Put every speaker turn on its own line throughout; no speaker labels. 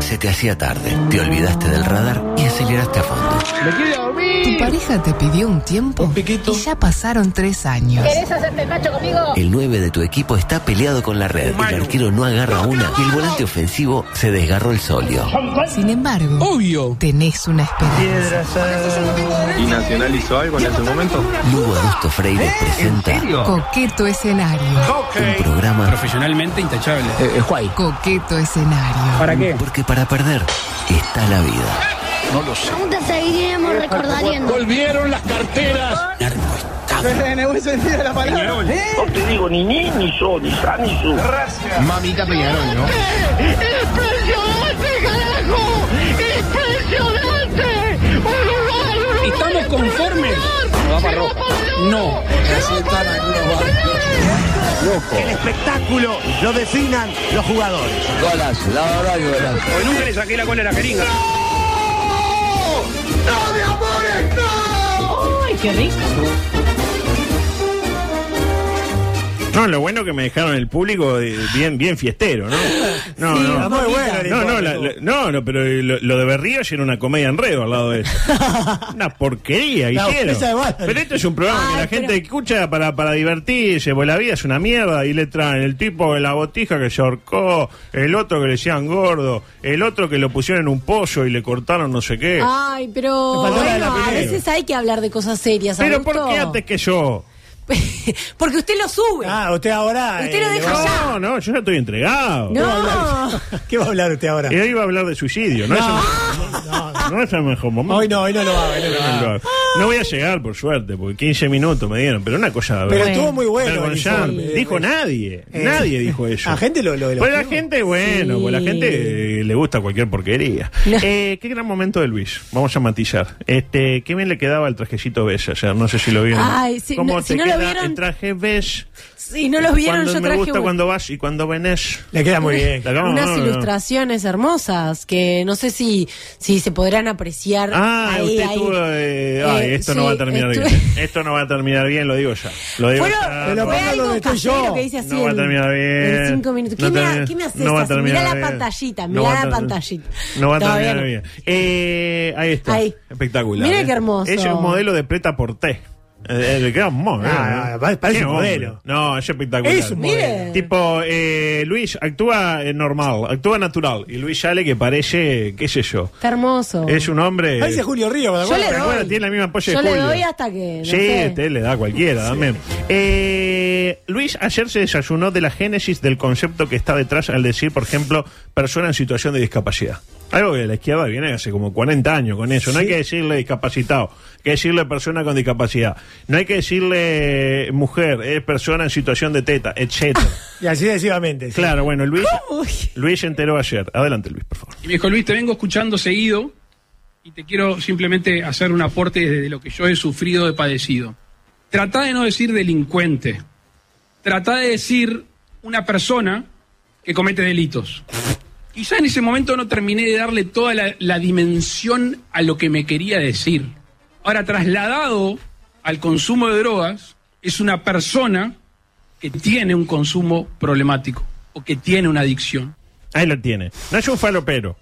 se te hacía tarde, te olvidaste del radar y aceleraste a fondo.
¡Me quiero dormir!
Tu pareja te pidió un tiempo
Un piquito.
y ya pasaron tres años.
¿Querés hacerte cacho conmigo?
El 9 de tu equipo está peleado con la red, el arquero no agarra una y el volante ofensivo se desgarró el solio.
Sin embargo,
¡Obvio!
tenés una esperanza.
¿Y Nacional hizo algo en ese momento?
Lugo Augusto Freire presenta
Coqueto escenario.
un programa
Profesionalmente intachable.
Coqueto escenario.
¿Para qué?
porque para perder está la vida.
Aún te seguiremos recordaría.
Volvieron las carteras.
Mamita Peñarol, ¿no?
¡Impresionante, carajo! ¡Impresionante! ¡Uruguay, Uruguay!
¿Estamos conformes?
No da para ropa.
No.
espectáculo lo definan los jugadores.
Porque nunca le saqué la cola a la jeringa.
No, lo bueno que me dejaron el público eh, bien, bien fiestero, ¿no? No, no.
muy bueno,
No, no, la- la- no, no, pero eh, lo, lo de Berríos era una comedia enredo al lado de eso. Una porquería,
La
Guillermo.
ofensa de Walter.
Pero esto es un programa que la gente escucha para, para divertirse, pues la vida es una mierda y le traen el tipo de la botija que se ahorcó, el otro que le decían gordo, el otro que lo pusieron en un pollo y le cortaron no sé qué.
Ay, pero
Me faltó la de la
Ah, bueno, a
primera.
veces hay que hablar de cosas serias.
pero
Augusto.
¿por qué antes que yo?
Porque usted lo sube.
Ah, usted ahora.
Usted lo
eh,
deja ya.
No, no, yo ya estoy entregado.
No.
¿Qué va a hablar usted ahora?
Y hoy iba a hablar de suicidio, ¿no?
No,
No, no es el mejor momento.
Hoy no, hoy no lo va, hoy no lo va.
No voy a llegar, por suerte, porque 15 minutos me dieron, pero una cosa
Pero
ver-
estuvo muy bueno. el
vergonzante.
informe.
Dijo nadie, nadie dijo eso.
La gente lo. lo, lo-
Pues la gente, bueno, pues la gente eh, le gusta cualquier porquería. Eh, qué gran momento de Luis. Vamos a matizar. Este, qué bien le quedaba el trajecito beige ayer. No sé si lo vieron.
Ay, si
¿Cómo
no-
te
si no lo
queda
vieron-
el traje beige?
Si no los vieron,
Cuando
yo
me
traje
gusta
un-
cuando vas y cuando venés.
Le queda muy bien.
La cama,
unas
no, no, no.
ilustraciones hermosas que no sé si, si se podrán apreciar.
Ah,
ahí,
usted
ahí.
tuvo. eh,
Eh,
ay, esto no
sí,
va a terminar
estuve-
bien. Esto no va a terminar bien, lo digo ya. Lo digo
Fueron-
ya.
Te
no,
lo
fue
pongo
algo
donde estoy yo.
casero que hice así
no va a
en-
terminar bien.
en cinco minutos. ¿Qué
No
me,
termina-
¿qué me haces?
No va a
así?
terminar
mirá la
bien.
pantallita,
No
mirá
va a
la
ter-
pantallita.
No va a
Todavía
terminar
no.
bien. Eh, ahí está.
Ahí.
Espectacular.
Mira
eh.
qué hermoso.
Ella es un modelo de preta por Eh, té. Le queda un mono.
Ah,
eh.
pa- parece
Qué
un
hombre.
modelo.
No, es espectacular.
Es un
Mire. modelo.
Tipo, eh, Luis actúa eh, normal, actúa natural. Y Luis sale que parece, qué sé yo.
Está hermoso.
Es un hombre.
Parece Julio Río, ¿verdad?
Yo le
Pero
doy.
bueno, tiene la misma polla
Yo
de
le
Julio.
doy hasta que, no
sí,
sé.
usted le da a cualquiera, dame. Eh, Luis ayer se desayunó de la génesis del concepto que está detrás al decir, por ejemplo, persona en situación de discapacidad. Algo que la izquierda viene hace como 40 años con eso. No hay que decirle discapacitado, hay que decirle persona con discapacidad. No hay que decirle mujer, es persona en situación de teta, etcétera.
Y así decisivamente. sí.
claro, bueno, Luis,
Uy.
Luis se enteró ayer. Adelante, Luis, por favor.
Y me dijo, Luis, te vengo escuchando seguido y te quiero simplemente hacer un aporte desde lo que yo he sufrido, he padecido. Trata de no decir delincuente. Trata de decir una persona que comete delitos. Quizá en ese momento no terminé de darle toda la, la dimensión a lo que me quería decir. Ahora, trasladado al consumo de drogas, es una persona que tiene un consumo problemático o que tiene una adicción.
Ahí lo tiene. No es un falopero.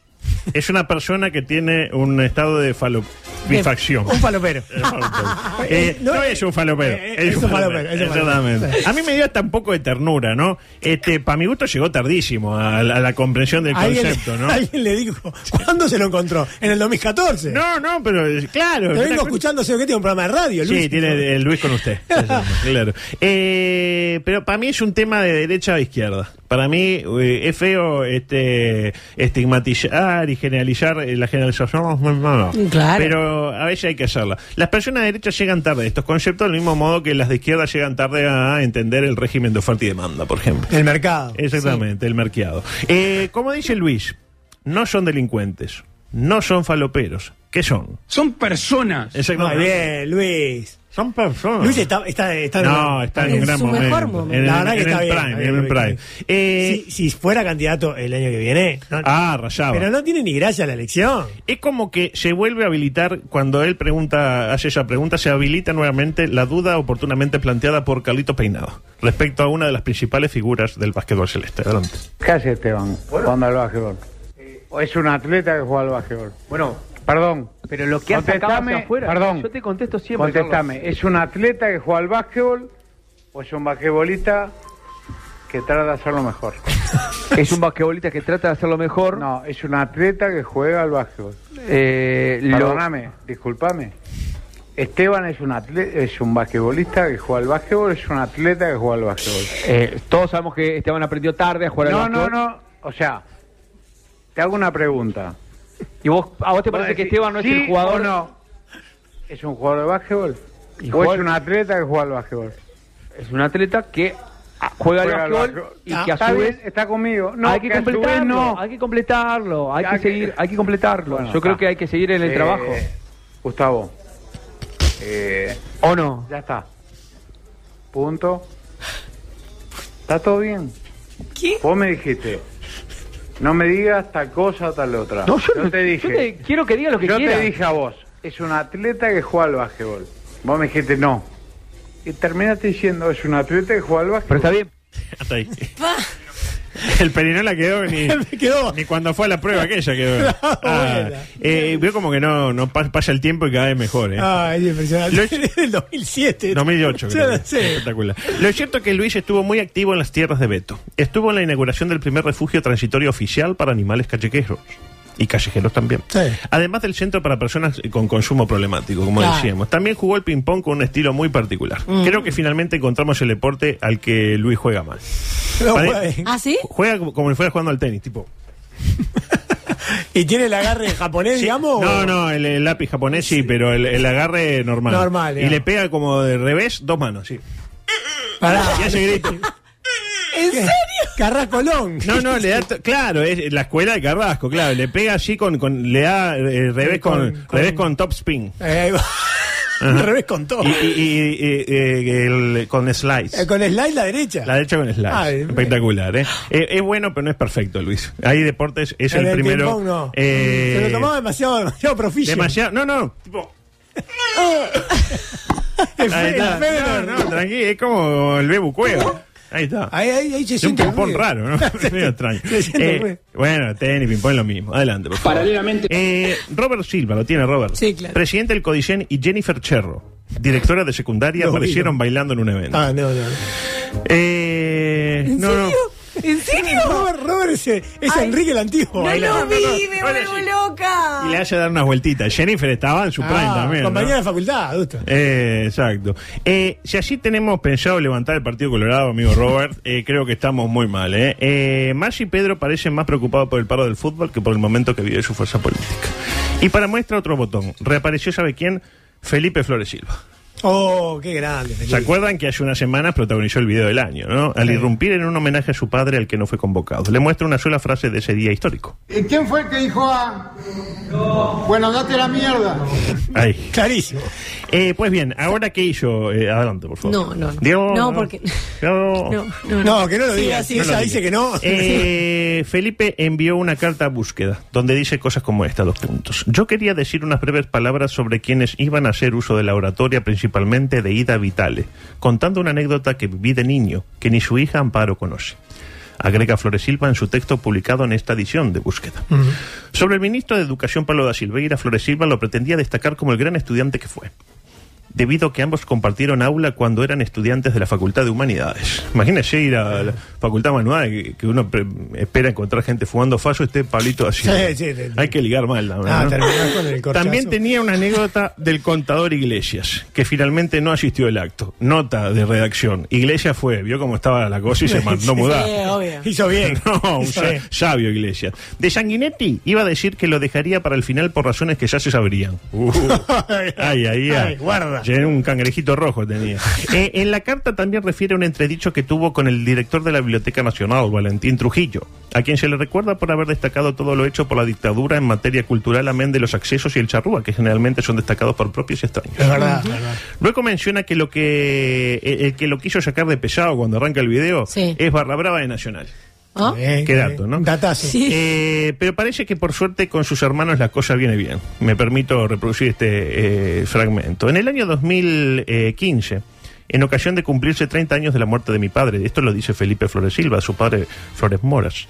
Es una persona que tiene un estado de falopifacción.
Un falopero.
Eh,
No,
no es un falopero.
eh, es un falopero, es un falopero.
Exactamente. A mí me dio hasta un poco de ternura, ¿no? Este, para mi gusto llegó tardísimo a, la- a la comprensión del
Alguien,
concepto, ¿no?
alguien le dijo, ¿cuándo se lo encontró? En el 2014.
No, no, pero eh, claro. ¿te das
Te vengo
cuenta?
escuchando, sé que tiene un programa de radio, Luis.
Sí, tiene el Luis con usted. claro. Eh, pero para mí es un tema de derecha a izquierda. Para mí eh, es feo este estigmatizar y generalizar eh, la generalización. No, no, no.
Claro.
Pero a veces hay que hacerla. Las personas de derecha llegan tarde a estos conceptos, del mismo modo que las de izquierda llegan tarde a entender el régimen de oferta y demanda, por ejemplo.
Del mercado.
Exactamente, el merqueado. Eh, como dice Luis, no son delincuentes, no son faloperos. ¿Qué son?
Son personas.
Muy bien, Luis.
Son personas.
Luis está, está, está en
No,
una-
está en
en
un gran
su
momento.
mejor momento.
En, el-
La verdad que
en
está
el
bien,
prime,
está
en el
bien,
prime. Eh,
si, si fuera candidato el año que viene. no-
Ah, rayaba.
pero no tiene ni gracia la elección.
Es como que se vuelve a habilitar, cuando él pregunta, hace esa pregunta, se habilita nuevamente la duda oportunamente planteada por Carlito Peinado respecto a una de las principales figuras del básquetbol celeste. Adelante.
¿Qué hace Esteban cuando al básquetbol?
o es un atleta que juega al básquetbol.
Eh, Bueno,
Perdón.
pero lo que has sacado hacia afuera.
Perdón.
Yo te contesto siempre.
Contestame,
Carlos.
¿es un atleta que juega al básquetbol o es un basquetbolista que trata de hacerlo mejor?
Es un basquetbolista que trata de hacerlo mejor.
No, es un atleta que juega al básquetbol.
Eh, lo-
Perdóname, discúlpame. Esteban es un atleta, es un basquetbolista que juega al básquetbol, es un atleta que juega al básquetbol.
eh, todos sabemos que Esteban aprendió tarde a jugar
No,
al
no,
básquetbol.
no, o sea, te hago una pregunta.
¿Y vos, a vos te parece que Esteban no es el jugador?
o no? ¿Es un jugador de básquetbol?
Y
¿O es
juega-
un atleta que juega al básquetbol?
Es un atleta que ah, juega,
Juega al
al básquetbol
básquetbol.
y
Ah,
que a
está
su
bien,
vez
está conmigo. No,
hay que,
que a su vez
completarlo,
no.
hay que completarlo, hay
Ya
que
que-
seguir, hay que completarlo.
Bueno,
Yo creo
está.
que hay que seguir en el
Eh,
trabajo.
Gustavo. Eh,
¿O no?
ya está. Punto. Está todo bien.
¿Qué?
Vos me dijiste, no me digas tal cosa o tal otra.
No, yo no-
te dije.
yo te- quiero que digas lo que
yo
quieras.
te dije a vos, es un atleta que juega al básquetbol. Vos me dijiste no. Y terminaste diciendo, es un atleta que juega
Pero
al básquetbol.
está bien.
Hasta ahí. El Perinola quedó ni,
quedó.
ni cuando fue a la prueba aquella quedó. Ah, eh, veo como que no, no pa- pasa el tiempo y cada vez mejor. Eh.
Ay, es impresionante.
Lo-
Es del 2007.
2008.
Ya
creo.
lo sé.
Espectacular. Lo cierto es que Luis estuvo muy activo en las tierras de Beto. Estuvo en la inauguración del primer refugio transitorio oficial para animales callejeros. Y callejeros también.
Sí.
Además del centro para personas con consumo problemático, como
Claro.
decíamos. También jugó el ping-pong con un estilo muy particular.
Mm.
Creo que finalmente encontramos el deporte al que Luis juega mal.
No
Pare-
puede.
¿Ah, sí?
Juega como- como si fuera jugando al tenis, tipo.
¿Y tiene el agarre japonés,
Sí.
digamos?
No, no, el, el lápiz japonés sí, pero el, el agarre normal.
Normal,
Y
digamos.
le pega como de revés dos manos, sí.
Pará.
Y hace grito.
¿En serio? Carrascolón.
No, no, le da. to- Claro, es la escuela de Carrasco, claro. Le pega así con. con- le da eh, revés, con,
Con- con-
revés con top spin.
Eh, ahí va. Al revés con todo.
Y, y- y- y- eh, el- con slice.
Eh, con slide la derecha.
La derecha con slice.
Ay,
Espectacular, ¿eh? Eh, Es bueno, pero no es perfecto, Luis. Hay deportes, es
En
el, primero.
ping-pong no.
eh,
Se lo tomaba demasiado, demasiado proficient.
demasiado. No, no, tipo.
El,
Ahí
fe- el
está.
Federer.
No, no, tranqui, es como el Bebu Cueva. Ahí está.
Ahí, ahí, ahí se
Es un
siente.
ping-pong
ruido.
raro, ¿no? Es medio extraño.
Se siente
Eh,
ruido.
bueno, tenis, ping-pong es lo mismo. Adelante, por favor.
Paralelamente-
Eh, Robert Silva, lo tiene Robert.
Sí, claro.
Presidente del Codicen y Jennifer Cherro, directora de secundaria,
Lo vi,
aparecieron
¿no?
bailando en un evento.
Ah, no, no. no.
Eh, no, no.
¿En serio?
Robert, Robert ese- es
Ay.
Enrique el Antiguo.
No
Baila.
lo
No, no,
vi,
no,
me
no era
vuelvo
así.
loca.
Y le hace dar unas vueltitas. Jennifer estaba en su prime
Ah,
también. ¿no?
Compañera de facultad, adusto.
Eh, exacto. Eh, si allí tenemos pensado levantar el Partido Colorado, amigo Robert, eh, creo que estamos muy mal. ¿eh? Eh, Maggi y Pedro parecen más preocupados por el paro del fútbol que por el momento que vive su fuerza política. Y para muestra otro botón, reapareció, ¿sabe quién? Felipe Flores Silva.
Oh, qué grande. Felipe.
¿Se acuerdan que hace unas semanas protagonizó el video del año, ¿no? Al irrumpir en un homenaje a su padre al que no fue convocado. Le muestra una sola frase de ese día histórico.
¿Y quién fue el que dijo a.? Bueno, date la mierda.
Ahí.
Clarísimo.
Eh, pues bien, ¿ahora qué hizo? Eh, adelante, por favor.
No, no, no.
Diego,
No, porque-
Diego.
No, no, no.
No, que no lo
Sí,
diga.
así
Ella
No lo
dice que
diga.
no.
Eh, Felipe envió una carta a búsqueda donde dice cosas como esta, dos puntos. Yo quería decir unas breves palabras sobre quienes iban a hacer uso de la oratoria, principalmente de Ida Vitale, contando una anécdota que viví de niño, que ni su hija Amparo conoce. Agrega Flores Silva en su texto publicado en esta edición de búsqueda. Sobre el ministro de Educación Pablo da Silveira, Flores Silva lo pretendía destacar como el gran estudiante que fue debido a que ambos compartieron aula cuando eran estudiantes de la Facultad de Humanidades. Imagínese ir a la Facultad de Humanidades que, que uno pre- espera encontrar gente fumando fallo, este Pablito así.
Sí, sí, sí.
Hay que ligar mal, la verdad,
Ah,
¿no?
terminás con el corchazo.
También tenía una anécdota del contador Iglesias, que finalmente no asistió al acto. Nota de redacción. Iglesias fue, vio cómo estaba la cosa y se mandó
Sí.
mudar.
Sí, obvio.
Hizo bien.
No, un
Hizo
sa-
bien.
sabio Iglesias. De Sanguinetti iba a decir que lo dejaría para el final por razones que ya se sabrían. Uh, ay, ay, ay.
Ay, guarda.
Llené un cangrejito rojo tenía. Eh, en la carta también refiere un entredicho que tuvo con el director de la Biblioteca Nacional, Valentín Trujillo, a quien se le recuerda por haber destacado todo lo hecho por la dictadura en materia cultural, amén de los accesos y el charrúa, que generalmente son destacados por propios y extraños.
Es verdad, es verdad.
Luego menciona que lo que eh, el, el que lo quiso sacar de pesado cuando arranca el video
Sí.
es Barra Brava de Nacional.
¿Ah?
Bien,
Qué
bien.
dato, ¿no?
Datazo.
Sí.
Eh, pero parece que por suerte con sus hermanos la cosa viene bien. Me permito reproducir este eh, fragmento. En el año 2015, en ocasión de cumplirse 30 años de la muerte de mi padre. Esto lo dice Felipe Flores Silva, su padre Flores Moras.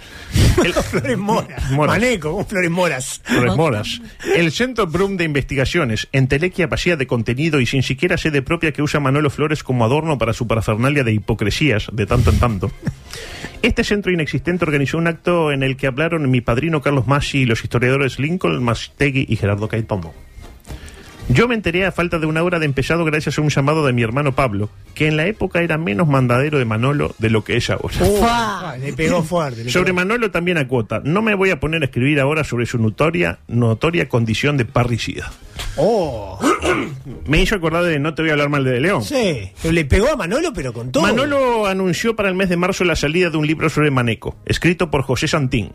Flores Moras. Maneco, como Flores Moras.
Flores Moras. El Centro Brum de Investigaciones, entelequia vacía de contenido y sin siquiera sede propia que usa Manolo Flores como adorno para su parafernalia de hipocresías de tanto en tanto. Este centro inexistente organizó un acto en el que hablaron mi padrino Carlos Massi y los historiadores Lincoln, Mastegui y Gerardo Caipondo. Yo me enteré a falta de una hora de empezado gracias a un llamado de mi hermano Pablo, que en la época era menos mandadero de Manolo de lo que es ahora.
Uh, ah, le pegó fuerte. le
Sobre
pegó.
Manolo también acota. No me voy a poner a escribir ahora sobre su notoria, notoria condición de parricida.
Oh,
Me hizo acordar de No te voy a hablar mal de, León.
sí. Pero le pegó a Manolo, pero con todo.
Manolo anunció para el mes de marzo la salida de un libro sobre Maneco, escrito por José Santín,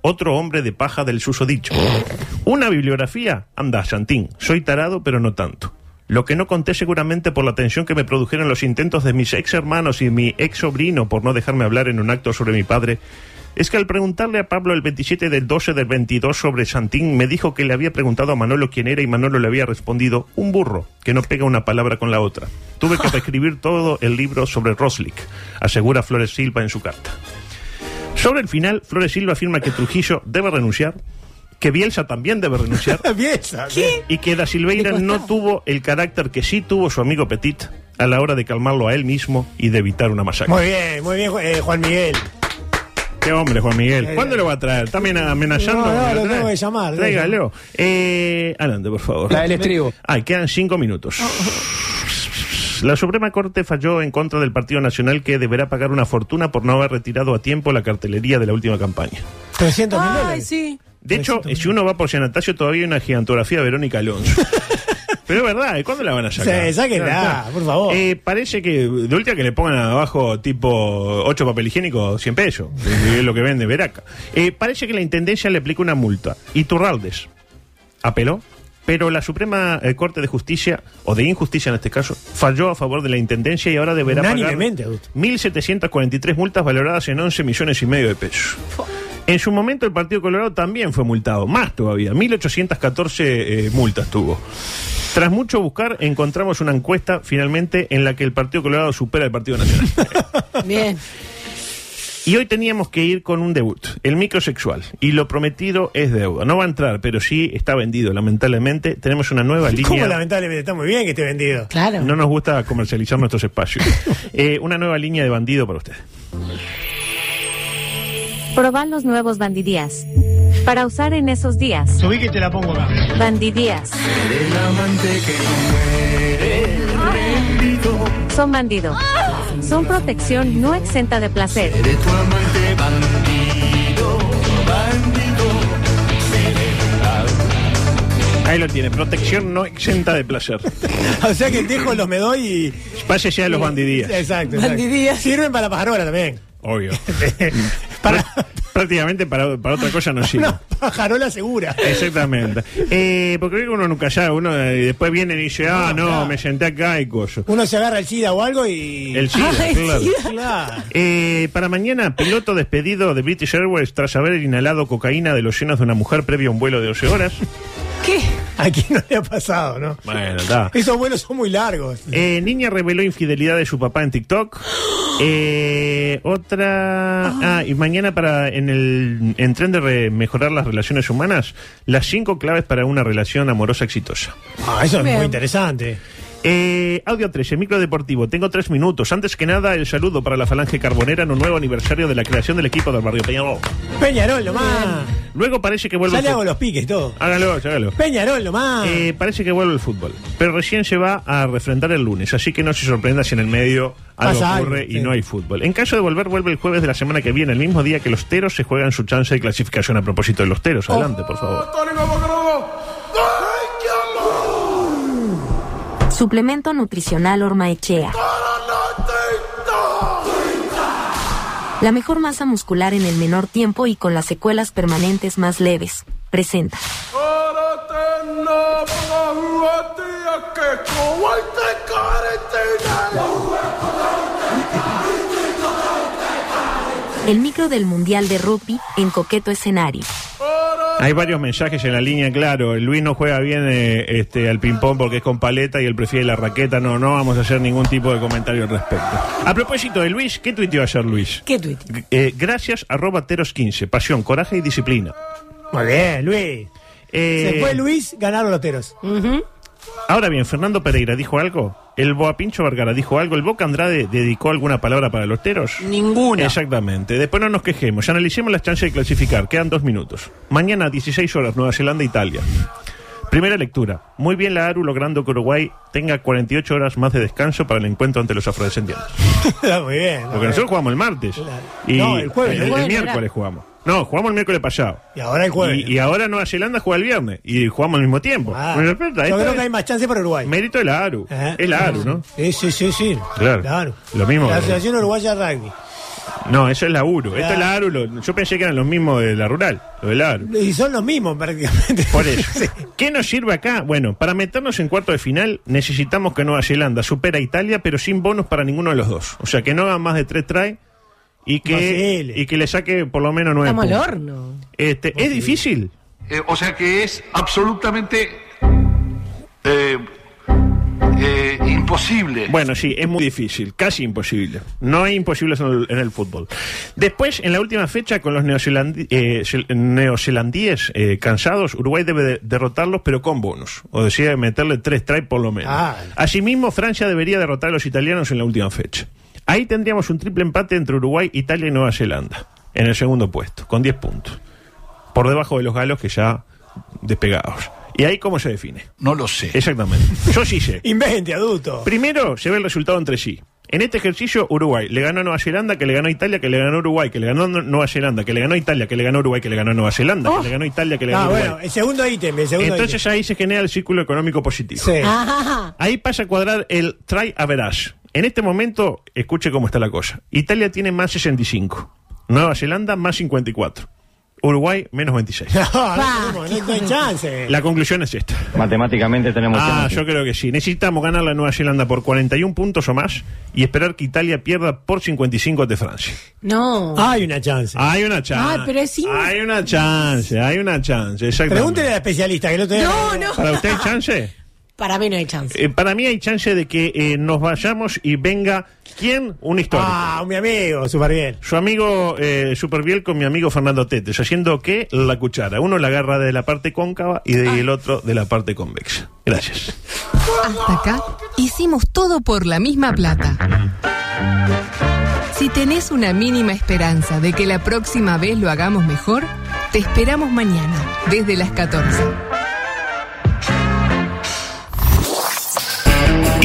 otro hombre de paja del susodicho. Una bibliografía, anda, Santín, soy tarado, pero no tanto. Lo que no conté seguramente por la tensión que me produjeron los intentos de mis ex hermanos y mi ex sobrino por no dejarme hablar en un acto sobre mi padre, es que al preguntarle a Pablo el 27 del 12 del 22 sobre Santín, me dijo que le había preguntado a Manolo quién era y Manolo le había respondido, un burro, que no pega una palabra con la otra. Tuve que reescribir todo el libro sobre Roslick, asegura Flores Silva en su carta. Sobre el final, Flores Silva afirma que Trujillo debe renunciar, que Bielsa también debe renunciar
Bielsa. ¿Qué?
y que Da Silveira
Le costó.
no tuvo el carácter que sí tuvo su amigo Petit a la hora de calmarlo a él mismo y de evitar una masacre.
Muy bien, muy bien, Ju- eh, Juan Miguel.
Qué hombre, Juan Miguel. ¿Cuándo lo va a traer? ¿También amenazando?
Eh, No, no,
¿Me
lo
trae?
tengo que llamar, lo tengo que
Tráigalo. Eh, adelante, por favor.
La del estribo.
Ay, quedan cinco minutos. La Suprema Corte falló en contra del Partido Nacional que deberá pagar una fortuna por no haber retirado a tiempo la cartelería de la última campaña.
300 mil
Ay,
dólares.
sí.
De hecho, si uno va por Giannatasio, todavía hay una gigantografía de Verónica Alonso. Pero es verdad, ¿eh? ¿cuándo la van a sacar?
Sí, sáquenla,
Ya está.
por favor.
Eh, parece que, de última que le pongan abajo tipo 8 papel higiénico, 100 pesos, que es lo que vende Veraca. Eh, parece que la Intendencia le aplicó una multa. Y Turraldes apeló, pero la Suprema eh, Corte de Justicia, o de Injusticia en este caso, falló a favor de la Intendencia y ahora deberá pagar
Unánimemente, adulto.
1.743 multas valoradas en 11 millones y medio de pesos. En su momento el Partido Colorado también fue multado, más todavía, 1.814 eh, multas tuvo. Tras mucho buscar, encontramos una encuesta finalmente en la que el Partido Colorado supera al Partido Nacional.
Bien.
y hoy teníamos que ir con un debut, el microsexual. Y lo prometido es deuda. No va a entrar, pero sí está vendido, lamentablemente. Tenemos una nueva línea.
¿Cómo lamentablemente? Está muy bien que esté vendido.
Claro.
No nos gusta comercializar nuestros espacios. Eh, una nueva línea de bandido para ustedes.
Probar los nuevos bandidías. Para usar en esos días.
Subí que te la pongo acá.
Bandidías. Son bandido. Son protección no exenta de placer.
Ahí lo tiene, protección no exenta de placer.
O sea que dejo los me doy y.
Pase ya a los bandidías.
Exacto, exacto. Sirven para la pajarola también.
Obvio.
Para-
Prá- Prácticamente para, para otra cosa no sirve.
Una pajarola segura.
Exactamente. Eh, porque ve que uno nunca sabe, uno eh, después viene y dice, ah, no,
claro.
me senté acá y coso.
Uno se agarra el SIDA o algo y.
El SIDA,
Ay,
claro.
sí.
Claro.
Eh, para mañana, piloto despedido de British Airways tras haber inhalado cocaína de los senos de una mujer previo a un vuelo de 12 horas.
¿Qué?
Aquí no le ha pasado, ¿no?
Bueno, está.
Esos vuelos son muy largos.
Eh, niña reveló infidelidad de su papá en TikTok. Eh, otra. Ah, y mañana para en el en tren de re- mejorar las relaciones humanas, las cinco claves para una relación amorosa exitosa.
Ah, eso es
Bien.
muy interesante.
Eh, audio 13, micro deportivo. Tengo tres minutos. Antes que nada, el saludo para la Falange Carbonera en un nuevo aniversario de la creación del equipo del barrio Peñarol.
Peñarol, lo más.
Luego parece que vuelve.
Ya
el
le hago
fútbol.
los piques y todo.
Hágalo, hágalo.
Peñarol, lo más.
Eh, parece que vuelve el fútbol, pero recién se va a refrendar el lunes, así que no se sorprenda si en el medio algo
Pasa algo,
ocurre y
sí.
no hay fútbol. En caso de volver, vuelve el jueves de la semana que viene, el mismo día que los teros se juegan su chance de clasificación a propósito de los
Oh.
teros. Adelante, por favor.
Suplemento nutricional Ormaechea. La mejor masa muscular en el menor tiempo y con las secuelas permanentes más leves. Presenta. El micro del Mundial de Rugby en coqueto escenario.
Hay varios mensajes en la línea, claro. el Luis no juega bien eh, este, al ping-pong porque es con paleta y él prefiere la raqueta. No, no vamos a hacer ningún tipo de comentario al respecto. A propósito de Luis, ¿qué tuiteó ayer Luis?
¿Qué tuit?
Eh, gracias, arroba teros15. Pasión, coraje y disciplina.
Muy bien, Luis.
Eh,
Se fue Luis, ganaron los teros.
Ahora bien, Fernando Pereira dijo algo. El Boapincho Vergara dijo algo. El Boca Andrade dedicó alguna palabra para los teros.
Ninguna.
Exactamente. Después no nos quejemos. Analicemos las chances de clasificar. Quedan dos minutos. Mañana, 16 horas, Nueva Zelanda, Italia. Primera lectura. Muy bien la ARU logrando que Uruguay tenga 48 horas más de descanso para el encuentro ante los afrodescendientes.
Muy bien.
Mm.
muy
Porque
bien.
nosotros jugamos el martes. Y
No, el jueves,
El,
el
el
jueves,
miércoles
¿verdad?
jugamos. No, jugamos el miércoles pasado.
Y ahora el jueves.
Y, y ahora Nueva Zelanda juega el viernes. Y jugamos al mismo tiempo.
Ah,
Bueno, espera,
yo
esto
creo
es
que hay más chance para Uruguay.
Mérito de la ARU.
Ajá.
Es la ARU, ¿no?
Sí, Eh, sí, sí, sí.
Claro. Lo mismo.
La Asociación Uruguaya de Rugby.
No, eso es la URU. Esto
Claro.
es la ARU. lo- yo pensé que eran los mismos de la rural, los del ARU.
Y son los mismos prácticamente.
Por eso. ¿Qué nos sirve acá? Bueno, para meternos en cuarto de final necesitamos que Nueva Zelanda supera a Italia, pero sin bonus para ninguno de los dos. O sea, que no hagan más de tres try y que, y que le saque por lo menos nueve
Estamos al
puntos.
horno.
Este, ¿Es difícil?
Eh, o sea que es absolutamente eh, eh, imposible.
Bueno, sí, es muy difícil, casi imposible. No hay imposibles en el, en el fútbol. Después, en la última fecha, con los neozelandi- eh, zel- neozelandíes eh, cansados, Uruguay debe de- derrotarlos, pero con bonus. O decía, meterle tres try por lo menos.
Ah.
Asimismo, Francia debería derrotar a los italianos en la última fecha. Ahí tendríamos un triple empate entre Uruguay, Italia y Nueva Zelanda, en el segundo puesto, con 10 puntos. Por debajo de los galos que ya despegados. ¿Y ahí cómo se define?
No lo sé.
Exactamente. Yo sí sé.
Invente, adulto.
Primero se ve el resultado entre sí. En este ejercicio, Uruguay le ganó a Nueva Zelanda, que le ganó a Italia, que le ganó a Uruguay, que le ganó a Nueva Zelanda, que le ganó a Italia, que le ganó a Uruguay, que le ganó a Nueva Zelanda, que le ganó a Italia, que le ganó
Ah,
a Uruguay.
bueno, el segundo ítem, el segundo
Entonces ahí se genera el círculo económico positivo.
ítem.
Ah.
Sí.
Ahí pasa a cuadrar el try average. En este momento, escuche cómo está la cosa. Italia tiene más 65. Nueva Zelanda más 54. Uruguay menos 26.
No, no, tenemos, no, no hay chance.
La conclusión es esta.
Matemáticamente tenemos
Ah, yo creo que sí. Necesitamos ganar la Nueva Zelanda por 41 puntos o más y esperar que Italia pierda por 55 ante Francia.
No.
Hay una chance.
Hay una chance.
Ay, pero es in-
Hay una chance, hay una chance. Exactamente.
Pregúntele al especialista que el otro día-
No, no.
¿Para usted hay chance?
Para mí no hay chance.
Eh, para mí hay chance de que eh, nos vayamos y venga quién? Un histórico.
Ah, mi amigo, súper bien.
Su amigo eh, Superbiel con mi amigo Fernando Tetes, haciendo que la cuchara. Uno la agarra de la parte cóncava y
Ah.
de- el otro de la parte convexa. Gracias.
Hasta acá hicimos todo por la misma plata. Si tenés una mínima esperanza de que la próxima vez lo hagamos mejor, te esperamos mañana, desde las 14.